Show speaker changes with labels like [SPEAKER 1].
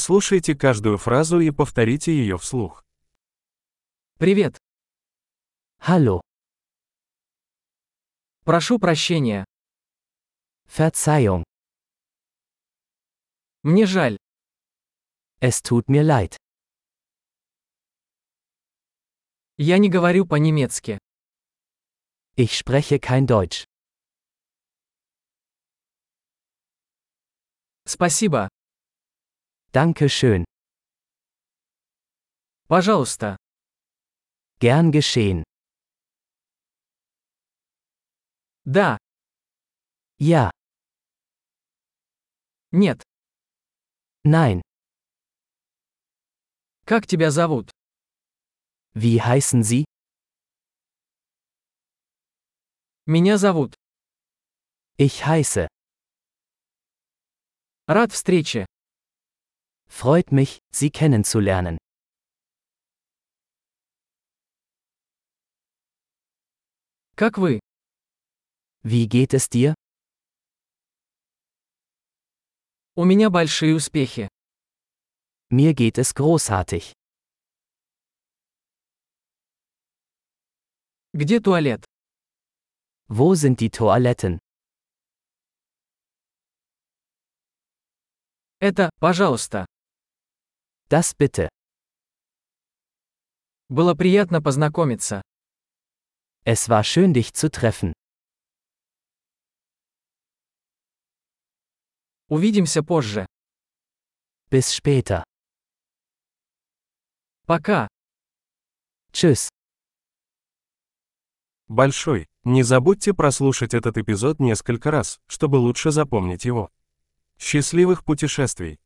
[SPEAKER 1] Прослушайте каждую фразу и повторите ее вслух.
[SPEAKER 2] Привет. Hallo. Прошу прощения.
[SPEAKER 3] Verzeihung,
[SPEAKER 2] Мне жаль.
[SPEAKER 3] es tut mir leid.
[SPEAKER 2] Я не говорю по-немецки.
[SPEAKER 3] Ich spreche kein Deutsch.
[SPEAKER 2] Спасибо.
[SPEAKER 3] Danke schön.
[SPEAKER 2] Пожалуйста.
[SPEAKER 3] Gern geschehen.
[SPEAKER 2] Да.
[SPEAKER 3] Ja,
[SPEAKER 2] Нет.
[SPEAKER 3] nein.
[SPEAKER 2] Как тебя зовут?
[SPEAKER 3] Wie heißen Sie?
[SPEAKER 2] Меня зовут.
[SPEAKER 3] Ich heiße.
[SPEAKER 2] Рад встрече.
[SPEAKER 3] Freut mich, Sie kennenzulernen.
[SPEAKER 2] Как вы?
[SPEAKER 3] Wie geht es dir?
[SPEAKER 2] У меня большие успехи.
[SPEAKER 3] Mir geht es großartig.
[SPEAKER 2] Где туалет?
[SPEAKER 3] Wo sind die Toiletten?
[SPEAKER 2] Это, пожалуйста.
[SPEAKER 3] Das bitte.
[SPEAKER 2] Было приятно познакомиться.
[SPEAKER 3] Es war schön, dich zu treffen.
[SPEAKER 2] Увидимся позже.
[SPEAKER 3] Bis später.
[SPEAKER 2] Пока.
[SPEAKER 3] Tschüss.
[SPEAKER 1] Большой. Не забудьте прослушать этот эпизод несколько раз, чтобы лучше запомнить его. Счастливых путешествий!